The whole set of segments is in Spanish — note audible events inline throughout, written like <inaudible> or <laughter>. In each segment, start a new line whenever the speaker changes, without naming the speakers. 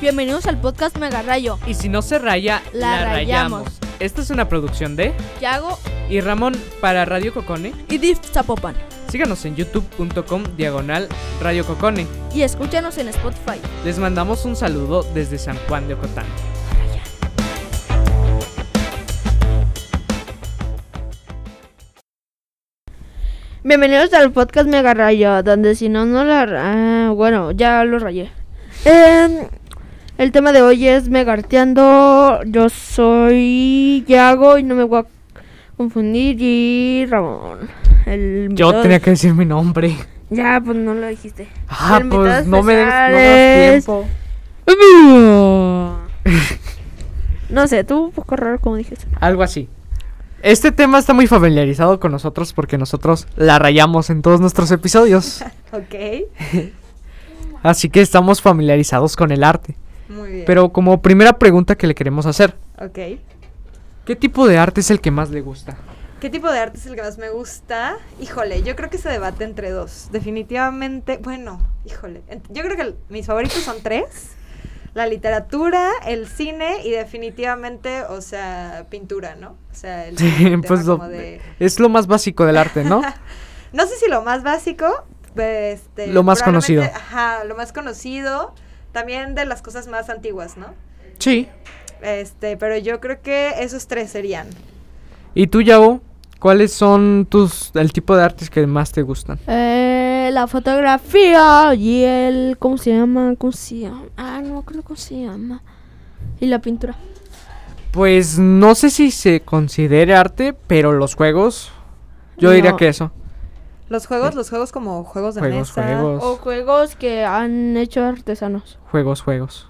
Bienvenidos al podcast Mega Rayo.
Y si no se raya,
La
la,
rayamos.
rayamos. Esta es una producción de
Yago
y Ramón para Radio Cocone.
y Div Zapopan.
Síganos en youtube.com diagonal Radio Cocone.
Y escúchanos en Spotify.
Les mandamos un saludo desde San Juan de Ocotán.
Bienvenidos al podcast Mega Rayo, donde si no, no la... ra- ah, bueno, ya lo rayé. Em, el tema de hoy es Megarteando. Yo soy Yago y no me voy a confundir. Y Ramón. El invitado-
que decir mi nombre.
Ya, pues no lo dijiste.
Ah,
El invitado
pues no me des- no
especial
me
es-
das tiempo.
No sé, tú un poco raro como dijiste.
Algo así. Este tema está muy familiarizado con nosotros porque nosotros la rayamos en todos nuestros episodios. <laughs>
Ok.
Así que estamos familiarizados con el arte.
Muy bien.
Pero como primera pregunta que le queremos hacer,
Ok.
¿qué tipo de arte es el que más le gusta?
¿Qué tipo de arte es el que más me gusta? Híjole, yo creo que se debate entre dos. Definitivamente, bueno, híjole. ent- Yo creo que el- mis favoritos son tres. La literatura, el cine y definitivamente, o sea, pintura, ¿no? O sea, el
Sí,
tema
pues lo-
como de-
es lo más básico del arte, ¿no?
No sé si lo más básico, este,
Lo más
probablemente-
conocido.
Ajá, lo más conocido. También de las cosas más antiguas, ¿no?
sí.
Este, pero yo creo que esos tres serían.
¿Y tú, Yao? ¿Cuáles son tus el tipo de artes que más te gustan?
Eh, la fotografía y el. ¿Cómo se llama? ¿Cómo se llama? Ah, no, creo que se llama. Y la pintura.
Pues no sé si se considere arte, pero los juegos yo diría
No.
que eso.
Los juegos, los juegos como juegos de
Juegos,
mesa.
juegos.
O juegos que han hecho artesanos.
Juegos, juegos.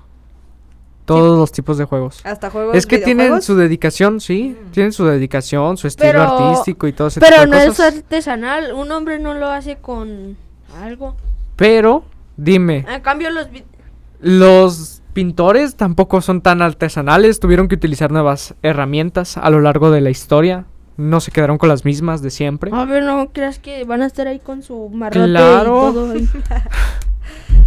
Todos los tipos de juegos.
Hasta juegos
Es que tienen
videojuegos.
su dedicación, sí,
Mm.
tienen su dedicación, su estilo
Pero-
artístico y todo ese tipo
Pero
de
no es
cosas.
artesanal. Un hombre no lo hace con algo.
Pero dime,
En cambio, los. vi-
los pintores tampoco son tan artesanales, tuvieron que utilizar nuevas herramientas a lo largo de la historia, no se quedaron con las mismas de siempre.
A ver, no creas que van a estar ahí con su marrote
Claro.
y todo
<laughs>
ahí.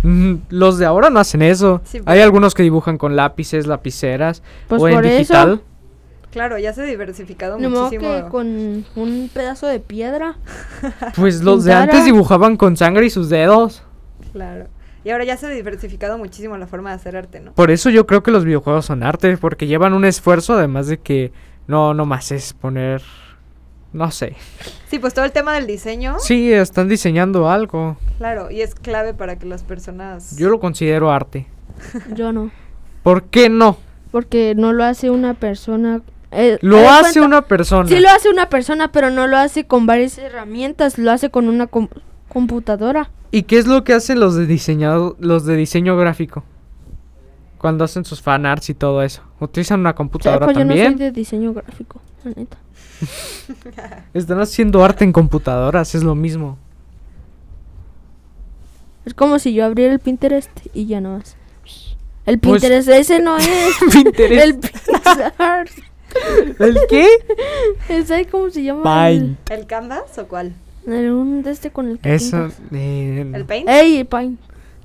Mm, Los de ahora no hacen eso.
Sí,
Hay
pues.
algunos que dibujan con lápices, lapiceras
Pues
o en
por eso, <laughs>
digital.
Claro, ya se ha diversificado
Ni modo
muchísimo.
que con un pedazo de piedra.
Pues los de
Pintaran.
antes dibujaban con sangre y sus dedos.
Claro. Y ahora ya se ha diversificado muchísimo la forma de hacer arte, ¿no?
Por eso yo creo que los videojuegos son arte, porque llevan un esfuerzo, además de que no, no más es poner, no sé.
Sí, pues todo el tema del diseño.
Sí, están diseñando algo.
Claro, y es clave para que las personas.
Yo lo considero arte.
Yo no.
¿Por qué no?
Porque no lo hace una persona. eh, haz
Lo
de
hace
cuenta-
una persona.
Sí lo hace una persona, pero no lo hace con varias herramientas, lo hace con una com- computadora.
¿Y qué es lo que hacen los de diseñado, los de diseño gráfico? Cuando hacen sus fanarts y todo eso. Utilizan una
O sea,
computadora
pues yo no soy
también.
de diseño gráfico, la neta.
Están haciendo arte en computadoras, es lo mismo.
Es como si yo abriera el Pinterest y ya no más. El
Pues-
Pinterest ese no
<laughs>
es.
Pinterest.
el Pixar. <laughs>
¿El qué?
¿Es ahí cómo se llama?
Paint.
El,
¿El canvas o cuál?
el- un de este con el que
Eso.
pintas.
eh,
¿El paint?
Ey, Pine.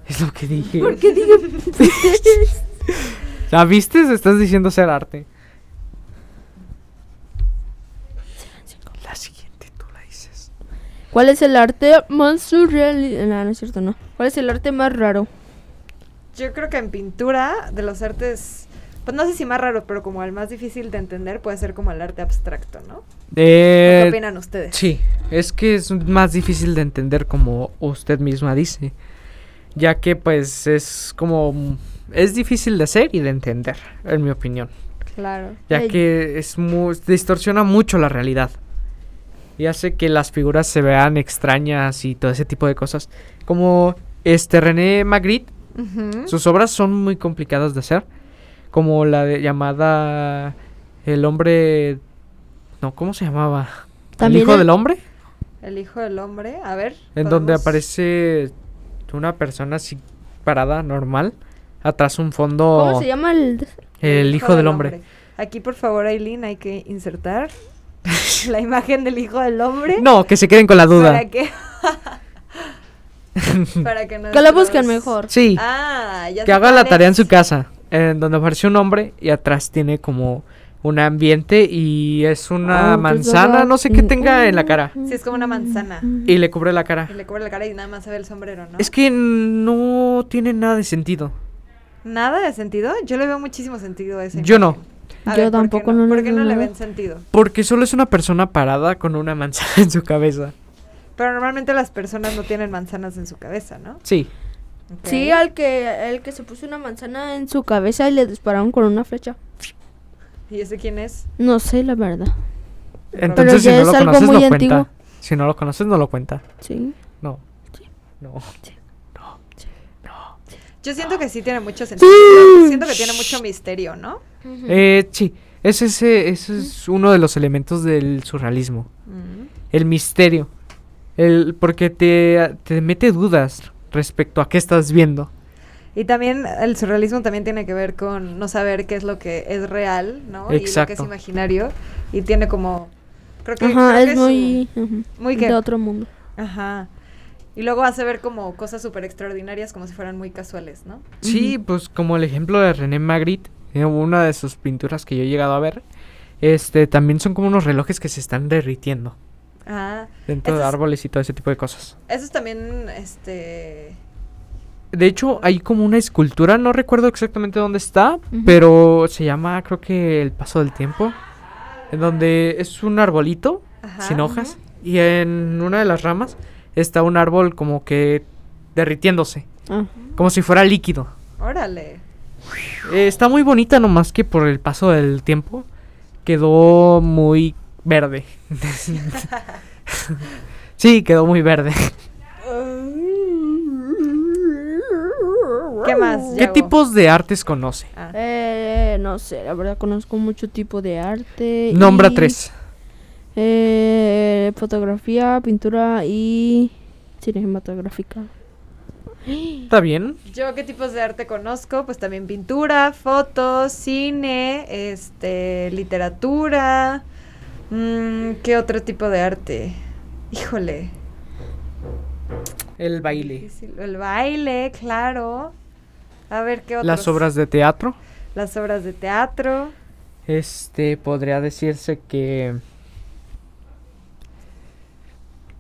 es lo que dije.
¿Por qué dije
<laughs>
Pinterest?
¿La viste? Estás diciendo ser arte. La siguiente tú la dices.
¿Cuál es el arte más surreal? No, no es cierto, no. ¿Cuál es el arte más raro?
Yo creo que en pintura, de los artes. Pues no sé si más raro, pero como el más difícil de entender puede ser como el arte abstracto, ¿no? ¿Qué
Eh,
opinan
Este.
ustedes?
sí, es que es más difícil de entender como usted misma dice. Ya que pues es como... mm, Es difícil de hacer y de entender, en mi opinión.
Claro.
Ya
Ey.
que es mu- distorsiona mucho la realidad. Y hace que las figuras se vean extrañas y todo ese tipo de cosas. Como este René Magritte
Ujú.
Sus obras son muy complicadas de hacer, como la de- llamada El hombre... No, ¿cómo se llamaba? ¿El
También
hijo
el-
del hombre?
El hijo del hombre, a ver.
En donde
podemos-
aparece una persona así parada, normal, atrás un fondo...
¿Cómo se llama el
El hijo del hombre.
Aquí, por favor, Aileen, hay que insertar <laughs> la imagen del hijo del hombre.
No, que se queden con la duda.
¿Para
<laughs>
que Para que
Que lo
nuestros-
busquen mejor.
Sí,
Ah, ya
que
sé
haga la
Ah, cuál
tarea en
es.
su casa. en donde aparece un hombre y atrás tiene como un ambiente y es una
Ah,
manzana, no sé qué
mm,
tenga en la
mm,
cara.
Sí, es como una manzana.
Y le cubre la cara.
Y le cubre la cara y nada más se ve el sombrero, ¿no?
Es que no tiene nada de sentido.
Nada de sentido. Yo le veo muchísimo sentido a ese.
Yo no,
A
Yo
ver, ¿por qué
tampoco
no,
no le
¿Por qué
veo
no le
nada.
ven sentido?
porque solo es una persona parada con una manzana <laughs> en su cabeza.
Pero normalmente las personas no tienen manzanas en su cabeza, ¿no?
Sí,
Ok.
Sí, al que, el que se puso una manzana en su cabeza y le dispararon con una flecha.
¿Y ese quién es?
No sé, la verdad.
entonces si
ya
no
es
lo
algo
conoces
muy
no
antiguo.
cuenta. Si no lo conoces no lo cuenta.
Sí.
No. No.
<gasps>
Yo siento que sí tiene mucho sentido. Siento que tiene mucho misterio, ¿no?
Mm.
Eh, sí, ese, ese, ese es uno de los elementos del surrealismo.
Mm.
El misterio. El, porque te, te mete dudas respecto a qué estás viendo.
Y también el surrealismo también tiene que ver con no saber qué es lo que es real, ¿no? Y lo que es
Exacto.
imaginario. Y tiene como... Creo que,
Ajá,
creo que
es
su-
muy, ujú,
muy que-
de otro mundo.
Ajá. Y luego hace ver como cosas súper extraordinarias como si fueran muy casuales, ¿no?
Sí, pues como el ejemplo de René Magritte, en una de sus pinturas que yo he llegado a ver, este también son como unos relojes que se están derritiendo
Ah,
dentro de
Eso es-
árboles y todo ese tipo de cosas.
eso es también, este...
De hecho, hay como una escultura, no recuerdo exactamente dónde está,
Ujú.
pero se llama, creo que El paso del tiempo, en donde es un arbolito
Ajá.
sin hojas y en una de las ramas está un árbol como que derritiéndose,
Ah.
como si fuera líquido.
Órale.
Eh, está muy bonita, nomás que por el paso del tiempo quedó muy verde. <laughs> sí, quedó muy verde.
¿Qué más?
¿Qué
Yago?
tipos de artes conoce?
Ah.
Eh, no sé, la verdad conozco mucho tipo de arte.
Nombra
y,
tres.
Eh, fotografía, pintura y cinematográfica.
¿Está bien?
Yo qué tipos de arte conozco, pues también pintura, fotos, cine, este, literatura. Mm, ¿Qué otro tipo de arte? Híjole.
El baile.
difícil. El baile, claro. A ver qué otros.
Las obras de teatro.
Las obras de teatro.
Este, podría decirse que...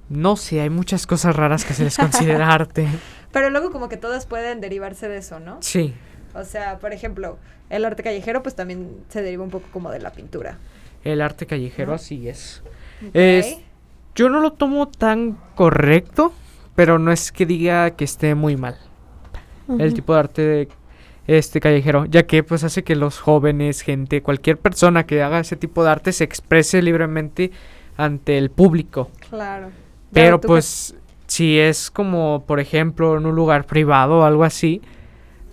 No sé, hay muchas cosas raras que se les considera arte.
Pero luego como que todas pueden derivarse de eso, ¿no?
Sí.
O sea, por ejemplo, el arte callejero pues también se deriva un poco como de la pintura.
El arte callejero así es.
Ok.
Es- Yo no lo tomo tan correcto, pero no es que diga que esté muy mal. El
Ujú.
tipo de arte de este callejero, ya que pues hace que los jóvenes, gente, cualquier persona que haga ese tipo de arte se exprese libremente ante el público.
Claro. Yago,
Pero
¿tú qué-
pues si es como, por ejemplo, en un lugar privado o algo así,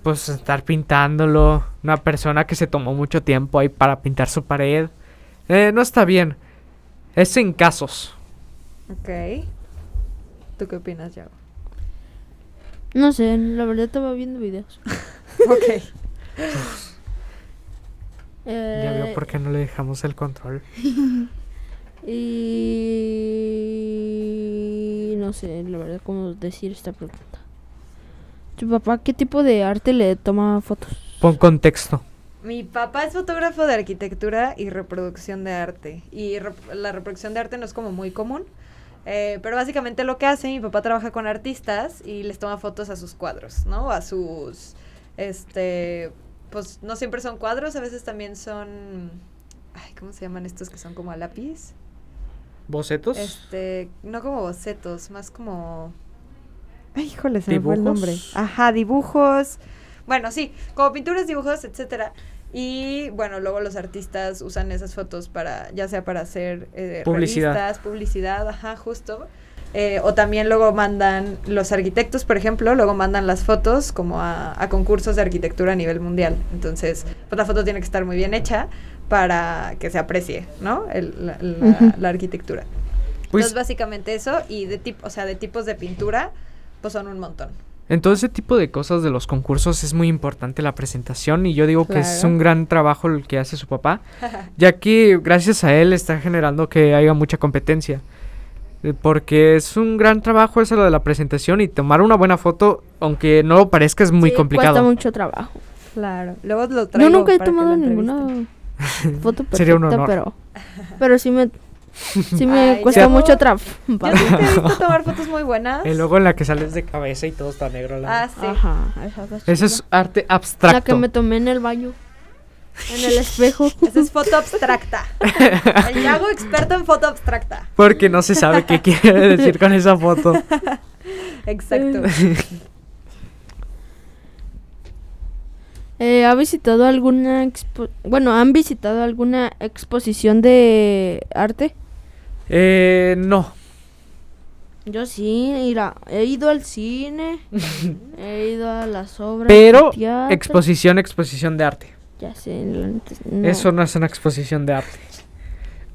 pues estar pintándolo, una persona que se tomó mucho tiempo ahí para pintar su pared, eh, no está bien. Es en casos.
Ok. ¿Tú qué opinas, Yago?
No sé, la verdad estaba viendo videos.
Ok.
Ya
Eh,
veo por qué no le dejamos el control.
Eh, Y no sé, la verdad, cómo decir esta pregunta. ¿Tu papá qué tipo de arte le toma fotos?
Pon contexto.
<laughs> Mi papá es fotógrafo de arquitectura y reproducción de arte. Y rep- la reproducción de arte no es como muy común. eh, pero básicamente lo que hace, mi papá trabaja con artistas y les toma fotos a sus cuadros, ¿no? A sus, este, pues no siempre son cuadros, a veces también son, ay, ¿cómo se llaman estos que son como a lápiz?
¿Bocetos?
Este, no como bocetos, más como. Ay, híjole, se me fue el
¿Dibujos?
nombre. Ajá, dibujos. Bueno, sí, como pinturas, dibujos, etcétera. Y bueno, luego los artistas usan esas fotos para, ya sea para hacer eh,
Publicidad.
revistas, publicidad, ajá, justo. Eh, o también luego mandan los arquitectos, por ejemplo, luego mandan las fotos como a, a concursos de arquitectura a nivel mundial. Entonces, pues la foto tiene que estar muy bien hecha para que se aprecie, ¿no? El- la- la-
Ujú.
la arquitectura.
Pues,
Entonces básicamente eso y de tipo, o sea, de tipos de pintura, pues son un montón.
en todo ese tipo de cosas de los concursos es muy importante la presentación y yo digo que es
Claro.
un gran trabajo el que hace su
<laughs>
papá, ya que gracias a él está generando que haya mucha competencia. Eh, Porque es un gran trabajo eso de la presentación y tomar una buena foto, aunque no lo parezca, es muy
Sí,
<laughs>
Cuesta
complicado.
mucho trabajo. Claro.
Luego lo
Yo
traigo.
nunca he
para que
tomado
lo entrevisten.
ninguna foto perfecta,
Sería un honor.
pero pero sí me sí me
Ay,
cuesta
yo-
mucho trampa.
Yo sí te he visto
<laughs>
tomar fotos muy buenas.
El logo en la que sales de cabeza y todo está negro. la-
Ah, sí.
Ajá, esa está
Eso
chida.
es arte
la que
abstracto.
me tomé en el baño. En el espejo. <laughs>
Esa es foto abstracta. El Yago experto en foto abstracta.
Porque no se sabe
<laughs>
qué quiere decir con esa foto.
Exacto.
Eh, ¿Ha visitado alguna expo- bueno, han visitado alguna exposición de arte?
Eh, no.
Yo sí, mira, he ido
<laughs>
al cine, he ido a las obras,
Pero
de teatro.
exposición, exposición de arte.
Ya sé, la neta, no.
Eso no es una exposición de arte.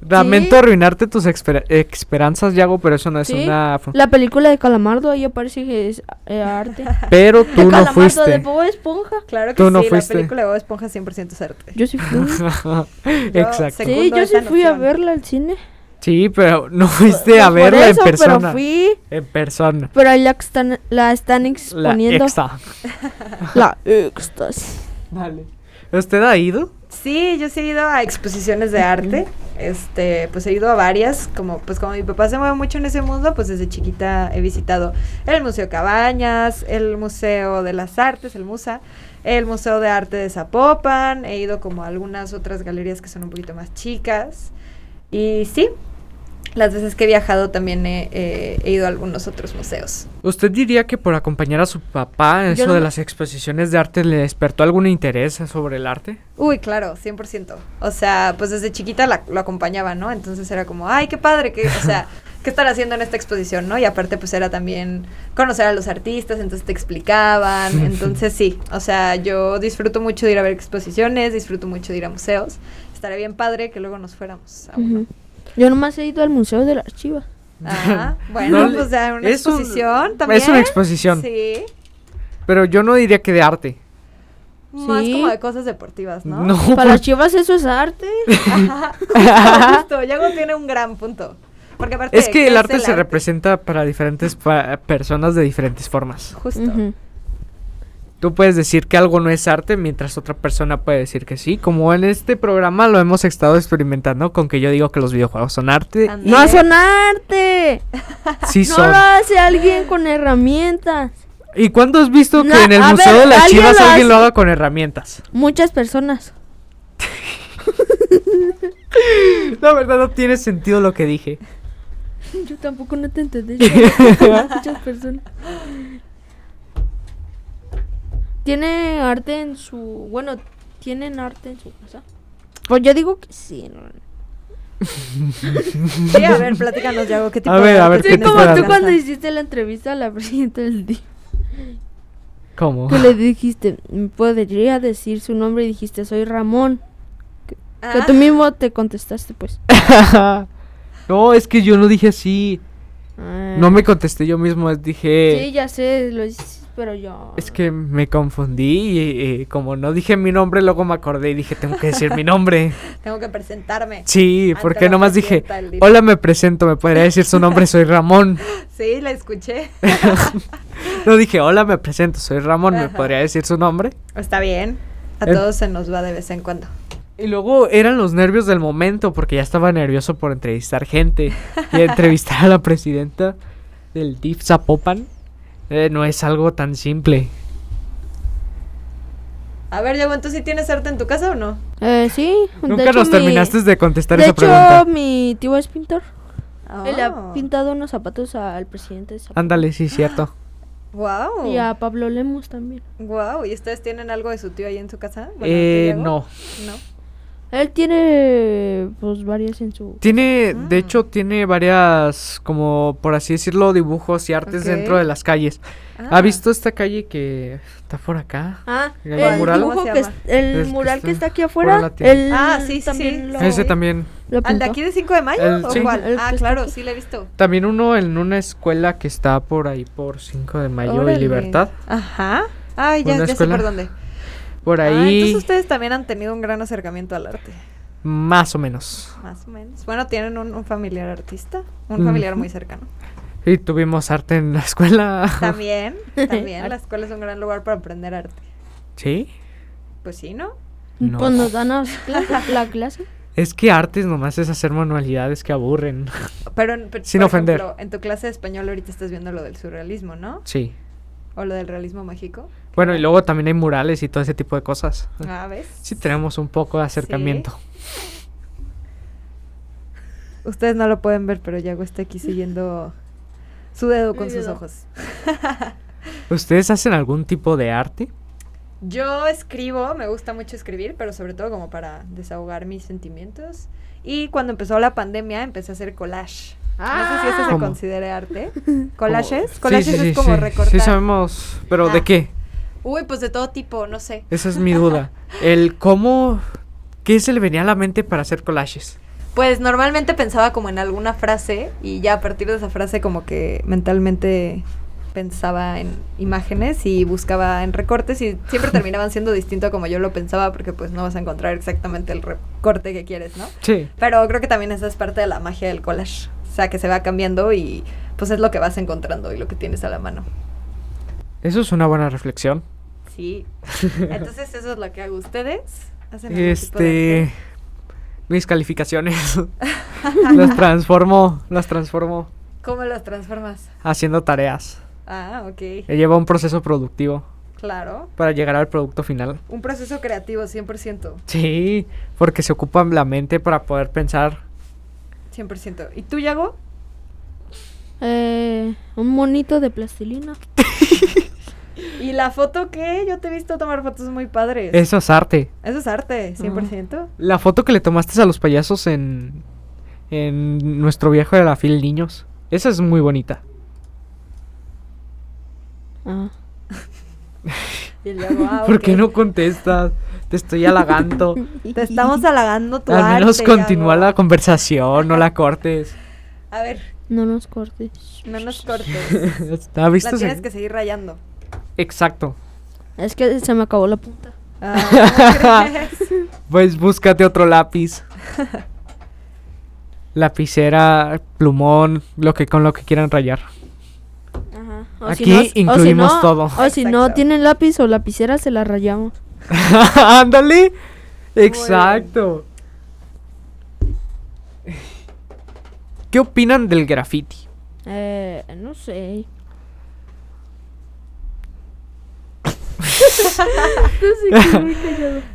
Lamento arruinarte tus esper- esperanzas, Yago, pero eso no es
Sí.
una... fo-
La película de Calamardo ahí aparece que es eh, arte. <laughs>
Pero tú no
Calamardo de
fuiste. <laughs>
Bob Esponja.
Claro que
Tú no
sí,
fuiste.
la película de Bob Esponja 100% es arte.
Yo
<laughs>
sí fui.
Exacto.
sé-
sí,
Segundo
yo sí
esa
fui a
noción.
verla al cine.
Sí, pero no fuiste a
Pues por
verla
eso,
en
Pero
persona.
fui,
En persona.
pero ahí la están, la están
La
exponiendo.
exta.
La extas.
¿Usted ha ido?
Sí, yo sí he ido a exposiciones de arte. Este, pues he ido a varias, como pues como mi papá se mueve mucho en ese mundo, pues desde chiquita he visitado el Museo Cabañas, el Museo de las Artes, el Musa, el Museo de Arte de Zapopan, he ido como a algunas otras galerías que son un poquito más chicas. Y sí, las veces que he viajado también he, eh, he ido a algunos otros museos.
¿Usted diría que por acompañar a su papá, eso
no
de
me-
las exposiciones de arte, le despertó algún interés sobre el arte?
Uy, claro, 100%. O sea, pues desde chiquita la- lo acompañaba, ¿no? Entonces era como, ay, qué padre, que, o
<laughs>
sea, ¿qué estar haciendo en esta exposición, no? Y aparte, pues era también conocer a los artistas, entonces te
<laughs>
explicaban. Entonces sí, o sea, yo disfruto mucho de ir a ver exposiciones, disfruto mucho de ir a museos. Estaría bien padre que luego nos fuéramos a uno.
Ujú. Yo nomás he ido al Museo de las
<laughs>
Chivas.
Ajá, bueno,
No le-
pues ya una
es un-
exposición
es
también.
una exposición.
Sí.
Pero yo no diría que de arte.
Más
Sí.
como de cosas deportivas, ¿no?
No,
Para las Chivas eso es arte.
Ajá, justo, <laughs> justo, Yago tiene un gran punto. Porque aparte
es que
¿qué
el arte
el
se representa para diferentes pa- personas de diferentes formas. <laughs>
Justo.
Ujú.
Tú puedes decir que algo no es arte, mientras otra persona puede decir que sí. Como en este programa lo hemos estado experimentando con que yo digo que los videojuegos son arte.
Ándale.
No <laughs> son arte.
Sí
no
son.
lo hace alguien con herramientas.
¿Y cuándo has visto que
Na-
en el
a
Museo
ver,
de las
alguien
Chivas
lo
alguien lo
hace.
haga con herramientas?
Muchas personas.
<laughs> La verdad no tiene sentido lo que dije.
<laughs> Yo tampoco no te entendí.
<laughs>
Muchas personas. ¿Tiene arte en su... Bueno, ¿tienen arte en su casa? Pues yo digo que sí. ¿no?
Sí, a ver, platícanos, Yago, qué tipo
A
de
ver, a
arte
ver, ¿qué
Sí,
tienes
como
en
arte?
tú
tu
cuando
casa?
hiciste la entrevista a la <laughs> presidenta del día.
¿Cómo?
Que le dijiste, "Me podría decir su nombre y dijiste, soy Ramón.
Ah,
Que tú mismo te
<laughs>
contestaste, pues.
<laughs> no, es que yo no dije así. No me contesté yo mismo, dije...
Ah. Sí, ya sé, lo hiciste, pero yo...
Es que me confundí y, eh, como no dije mi nombre, luego me acordé y dije, tengo que decir mi
<laughs>
nombre.
Tengo que presentarme.
Sí,
Ante
porque
la
nomás dije,
presidenta del DIF.
hola, me presento, me podría decir su nombre, soy
<laughs>
Ramón. <laughs>
Sí, la escuché.
No dije, hola, me presento, soy Ramón, me
Ajá.
podría decir su nombre.
Está bien. A
Eh.
todos se nos va de vez en cuando.
Y luego eran los nervios del momento, porque ya estaba nervioso por entrevistar gente y entrevistar a la presidenta del DIF Zapopan. eh, no es algo tan simple.
A ver, Yago, ¿tú sí tienes arte en tu casa o no?
Eh, sí. de
Nunca
hecho,
nos
mi-
terminaste de contestar
De
esa
hecho,
pregunta.
mi tío es pintor. Él le
Oh,
ha pintado unos zapatos al presidente de Zapopan.
Ándale, sí, cierto.
Guau.
Y a Pablo Lemos también.
Guau, ¿y ustedes tienen algo de su tío ahí en su casa? Bueno,
Eh,
¿tú, Yago?
no.
No.
Él tiene, pues, varias en su...
Tiene, de
Mm.
hecho, tiene varias, como por así decirlo, dibujos y artes
Ok.
dentro de las calles.
Ah,
¿Ha visto esta calle que está por acá?
Ah,
¿El
el
mural?
dibujo
¿Cómo se
que
llama?
es- el
Es que
mural
está
que está aquí
fuera de
afuera.
la tienda.
él
Ah, sí, sí, sí.
también lo-
Ese también.
lo
¿Al de
pintó.
aquí de 5 de mayo
El-
o
sí.
cuál?
El
Ah,
que está
claro,
aquí.
sí la he visto.
También uno en una escuela que está por ahí por 5 de mayo
Órale.
y Libertad.
Ajá. Ay, ya,
Una
ya sé por
escuela.
dónde.
Por
Ah,
ahí,
entonces ustedes también han tenido un gran acercamiento al arte,
más o menos.
más o menos. Bueno, tienen un, un familiar artista, un
Ujú.
familiar
<laughs>
muy cercano.
Y tuvimos arte en la escuela.
También, también, la escuela es un gran lugar para aprender arte.
<laughs> ¿Sí?
Pues sí, ¿no?
No.
Pues nos dan las <laughs> clases- la clase.
Es que artes nomás es hacer manualidades que aburren. <laughs>
Pero, en- pero,
Sin
por
ofender.
ejemplo, en tu clase de español ahorita estás viendo lo del surrealismo, ¿no?
sí.
O lo del realismo mágico.
Bueno, y luego también hay murales y todo ese tipo de cosas.
Ah, ¿ves?
Sí tenemos un poco de acercamiento.
Ustedes no lo pueden ver, pero Yago está aquí siguiendo su dedo con
Mi
sus
dedo.
ojos.
¿Ustedes hacen algún tipo de arte?
Yo escribo, me gusta mucho escribir, pero sobre todo como para desahogar mis sentimientos. Y cuando empezó la pandemia empecé a hacer collage. No sé si eso se
¿Cómo? <laughs>
considere arte.
Como-
¿Collages?
Ah. Sí,
Collages
sí, sí,
es como
sí.
recortar.
Sí sabemos, pero
Ah.
¿de qué?
Uy, pues de todo tipo, no sé.
Esa es mi
<laughs>
duda. El cómo... ¿Qué se le venía a la mente para hacer collages?
Pues normalmente pensaba como en alguna frase y ya a partir de esa frase como que mentalmente pensaba en imágenes y buscaba en recortes y
<laughs>
siempre terminaban siendo distinto a como yo lo pensaba porque pues no vas a encontrar exactamente el recorte que quieres, ¿no?
Sí.
Pero creo que también esa es parte de la magia del collage, o sea que se va cambiando y pues es lo que vas encontrando y lo que tienes a la mano.
Eso es una buena reflexión.
<laughs> Sí. Entonces eso es lo que hago ustedes. ¿Hacen algún tipo de
Este...
arte?
Mis
<laughs>
calificaciones. las transformo, las transformo
¿Cómo los transformas?
haciendo tareas.
Ah, ok.
Lleva un proceso productivo
Claro.
para llegar al producto final.
Un proceso creativo, 100%.
Sí, porque se ocupa la mente para poder pensar.
100%. ¿Y tú, Yago?
Eh, un monito de plastilina.
¿Y la foto qué? Yo te he visto tomar fotos muy padres.
Eso es arte.
Eso es arte, 100%.
La foto que le tomaste a los payasos en, en nuestro viaje de la fil niños. Esa es muy bonita.
Ah.
Y luego, ah,
¿Por qué
ok.
no contestas? Te estoy
<laughs>
halagando.
Te estamos halagando tu
Al menos
arte,
continúa la
Yago.
conversación, no la
<laughs>
cortes.
A ver,
No nos cortes.
no nos cortes.
¿La
la
viste?
tienes que seguir rayando.
Exacto.
Es que se me acabó la punta. <laughs>
Ah, ¿cómo crees?
Pues búscate otro lápiz.
<laughs>
Lapicera, plumón, lo que con lo que quieran rayar.
Ajá.
Aquí incluimos
no,
todo.
O si no
Exacto.
tienen lápiz o lapicera, se la rayamos.
<laughs> Ándale. Exacto. ¿Qué opinan del graffiti?
Eh, no
<laughs>
sé. <laughs>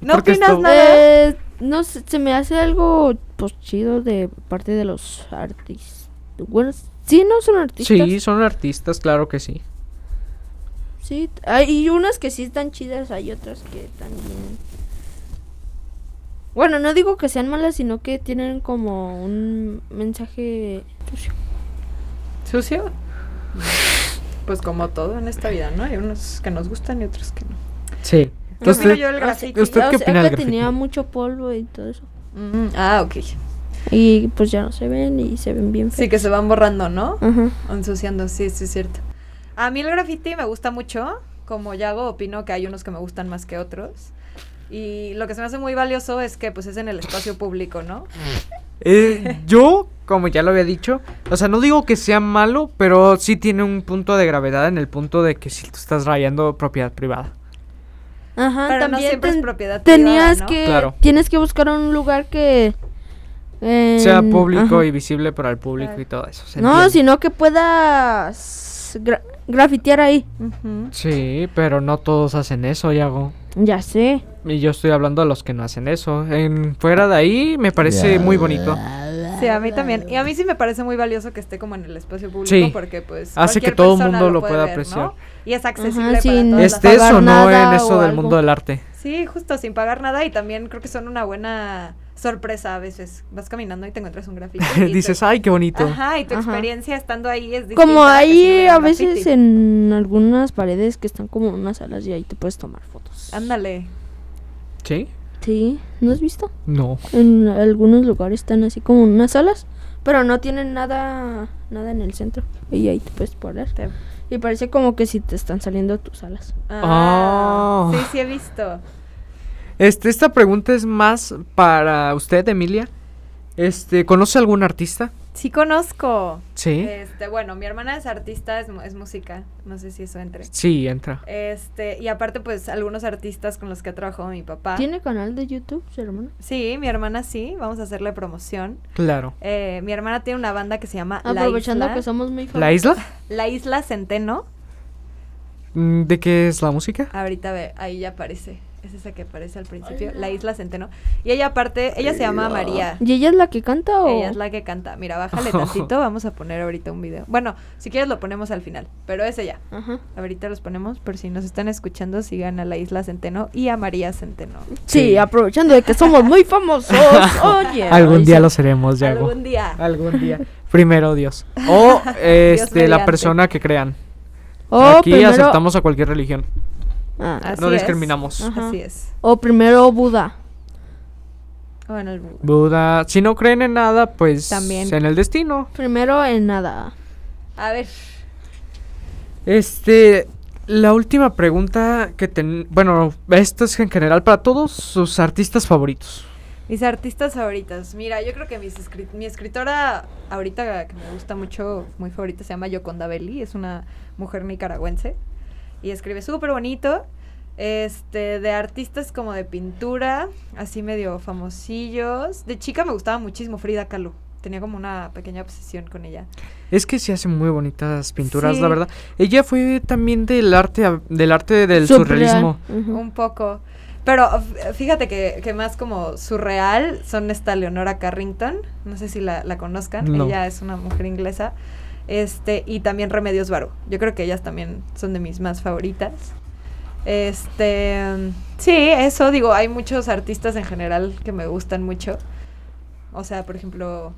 no
Porque
opinas
esto-
nada.
Eh, no sé, se me hace algo pues chido de parte de los artistas. Bueno, sí, no son artistas.
Sí, son artistas, claro que sí.
Sí, t- hay unas que sí están chidas, hay otras que también. Bueno, no digo que sean malas, sino que tienen como un mensaje.
¿Sucio? Pues como todo en esta vida, ¿no? Hay unos que nos gustan y otros que no.
Sí.
Entonces,
Entonces,
yo el
O sea,
graffiti.
usted-
o
qué
sea,
opina del
que tenía
graffiti?
mucho polvo y todo eso.
Mm, ah, ok.
Y pues ya no se ven y se ven bien
Sí,
feos.
que se van borrando, ¿no?
Ajá.
Ensuciando, sí, sí es cierto. A mí el graffiti me gusta mucho. Como Yago, opino que hay unos que me gustan más que otros. Y lo que se me hace muy valioso es que pues es en el espacio público, ¿no?
<laughs>
eh, yo, como ya lo había dicho, o sea, no digo que sea malo, pero sí tiene un punto de gravedad en el punto de que si tú estás rayando propiedad privada.
Ajá,
Pero no
Ah, también
siempre es
ten-
propiedad
tenías
privada, ¿no?
que
Claro.
tienes que buscar un lugar que eh,
Sea público
ajá.
y visible para el público
Claro.
y todo eso. ¿se
no,
entiende?
sino que puedas gra- grafitear ahí.
Sí, pero no todos hacen eso, Yago.
Ya sé.
Y yo estoy hablando de los que no hacen eso. En, fuera de ahí me parece muy bonito.
Sí, a mí también. Y a mí sí me parece muy valioso que esté como en el espacio público
Sí.
porque pues
Hace que
cualquier
todo el
persona
mundo lo
puede
pueda
ver, ¿no?
apreciar.
Y es accesible
Ajá,
para
sin-
todas las
Este-
Estés o
pagar
no en
nada
eso
o
del
algo.
mundo del arte.
Sí, justo, sin pagar nada y también creo que son una buena sorpresa a veces. Vas caminando y te encuentras un graffiti.
<laughs>
y te-
Dices, ay, qué bonito.
Ajá, y tu
Ajá.
experiencia estando ahí es distinta.
Como
a la que si no
hay
hubiera
a
un
veces
graffiti.
en algunas paredes que están como unas salas y ahí te puedes tomar fotos.
Ándale.
¿Sí?
Sí, ¿no has visto?
No.
En algunos lugares están así como unas salas, pero no tienen nada nada en el centro y ahí te puedes parar.
Te-
Y parece como que si te están saliendo tus alas.
Ah,
Ah.
Sí, sí he visto.
Este, esta pregunta es más para usted, Emilia. Este, ¿conoce algún artista?
Sí conozco.
Sí.
Este, bueno, mi hermana es artista, es, mu- es música. No sé si eso entre.
Sí, entra.
Este, y aparte, pues, algunos artistas con los que ha trabajado mi papá.
¿Tiene canal de YouTube, su hermana?
Sí, mi hermana sí, vamos a hacerle promoción.
Claro.
Eh, mi hermana tiene una banda que se llama
Aprovechando
La
que
Isla.
somos muy
¿La isla?
La Isla Centeno.
Mm, ¿De qué es la música?
Ahorita ve, ahí ya aparece. Es esa que aparece al principio, La Isla Centeno. Y ella aparte, ella se llama María.
¿Y ella es la que canta o...?
Ella es la que canta. Mira, bájale tantito, vamos a poner ahorita un video. Bueno, si quieres lo ponemos al final, pero es ella.
Ajá.
Ahorita los ponemos, por si nos están escuchando, sigan a la Isla Centeno y a María Centeno.
Sí,
Sí.
aprovechando de que somos
<laughs>
muy famosos. Oye.
Algún
ahí
día
sí.
lo seremos, Yago.
Algún día.
Algún día. Primero Dios. O este, la
mediante.
persona que crean.
O
Aquí
Oh, primero...
aceptamos a cualquier religión.
Ah,
Así
no
es.
discriminamos.
Ajá.
Así es.
o primero Buda.
Bueno, el-
Buda, si no creen en nada, pues
También.
en el destino.
Primero en nada.
a ver,
Este, la última pregunta que ten, bueno, esto es en general para todos sus artistas favoritos.
mis artistas favoritas. Mira, yo creo que mis escri- mi escritora ahorita que me gusta mucho, muy favorita, se llama Yoconda Belli. Es una mujer nicaragüense y escribe súper bonito. Este, de artistas como de pintura, así medio famosillos. De chica me gustaba muchísimo Frida Kahlo. Tenía como una pequeña obsesión con ella.
Es que se hacen muy bonitas pinturas, la
Sí.
verdad. Ella fue también del arte a- del arte del surrealismo.
Ujú.
Un poco. Pero f- fíjate que, que más como surreal son esta Leonora Carrington. No sé si la, la conozcan.
No.
Ella es una mujer inglesa. Este, y también Remedios Varo. Yo creo que ellas también son de mis más favoritas. Este, sí, eso digo, hay muchos artistas en general que me gustan mucho. O sea, por ejemplo,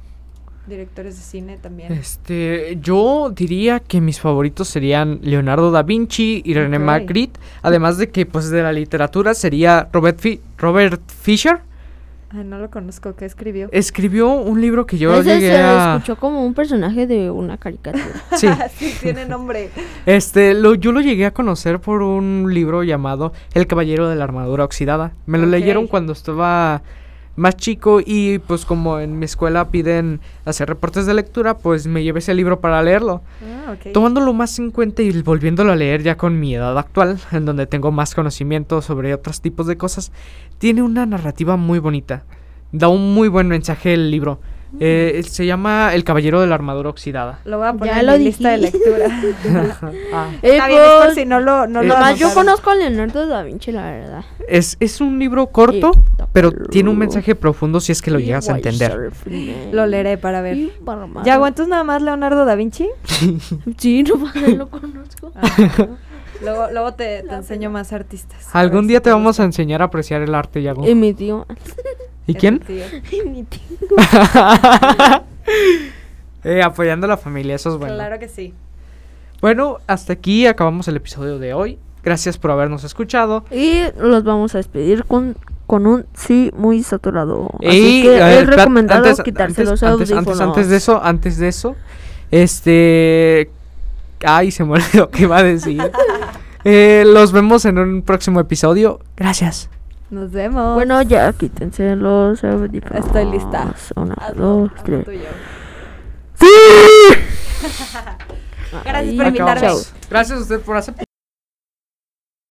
directores de cine también.
Este, yo diría que mis favoritos serían Leonardo da Vinci y René
Ok.
Magritte, además de que pues de la literatura sería Robert Fi- Robert Fisher.
Ay, Ah, no lo conozco, ¿qué escribió? <laughs>
Escribió un libro que yo
Ese
llegué
se
a
escuchó como un personaje de una
<laughs>
caricatura. <laughs>
<laughs> Sí.
sí,
<laughs>
tiene nombre.
Este, lo, yo lo llegué a conocer por un libro llamado El Caballero de la Armadura Oxidada. Me lo
Ok.
leyeron cuando estaba más chico y pues como en mi escuela piden hacer reportes de lectura, pues me llevé ese libro para leerlo.
Ah, ok.
Tomándolo más en cuenta y volviéndolo a leer ya con mi edad actual, en donde tengo más conocimiento sobre otros tipos de cosas, tiene una narrativa muy bonita. Da un muy buen mensaje el libro.
Mm.
Eh, se llama El Caballero de la Armadura Oxidada.
Lo voy a poner
Ya
en
lo
mi lista de
dije.
lectura.
<laughs>
<laughs>
<laughs> Ah.
Eh,
Está bien, es por si no lo, no
Eh, Nomás
lo
Además, pues, yo
anotaron.
conozco a Leonardo da Vinci, la verdad.
Es, es un libro corto,
Sí.
pero tiene un mensaje profundo si es que lo
Y
llegas a
Wild
entender.
Surfing.
Lo leeré para ver.
Y Barman.
¿Ya aguantas nada más Leonardo da Vinci? Ah,
Sí, <laughs> no mames, lo conozco. <laughs>
Luego, luego te, te enseño más artistas. a ver
Algún
si
día te
Este
vamos
gusta.
a enseñar a apreciar el arte, Yago.
Y mi tío.
¿Y
Es
quién?
tu tío.
Y mi tío.
<laughs> Eh, apoyando a la familia, eso es bueno.
Claro que sí.
Bueno, hasta aquí acabamos el episodio de hoy. Gracias por habernos escuchado.
Y los vamos a despedir con, con un sí muy saturado.
Y,
Así que
a
es
ver, espera,
recomendado
antes-
quitarse
antes-
los
antes- antes,
audífonos.
antes de eso, antes de eso, este... Ay, se me olvidó que iba a decir.
<laughs>
Eh, los vemos en un próximo episodio. Gracias.
Nos vemos.
Bueno, ya quítense los audífonos.
Estoy lista.
Una,
Hazlo,
dos,
hazlo
tres.
tuyo.
¡Sí!
Gracias
Ahí
por invitarme.
Acabamos. Gracias a usted por aceptar.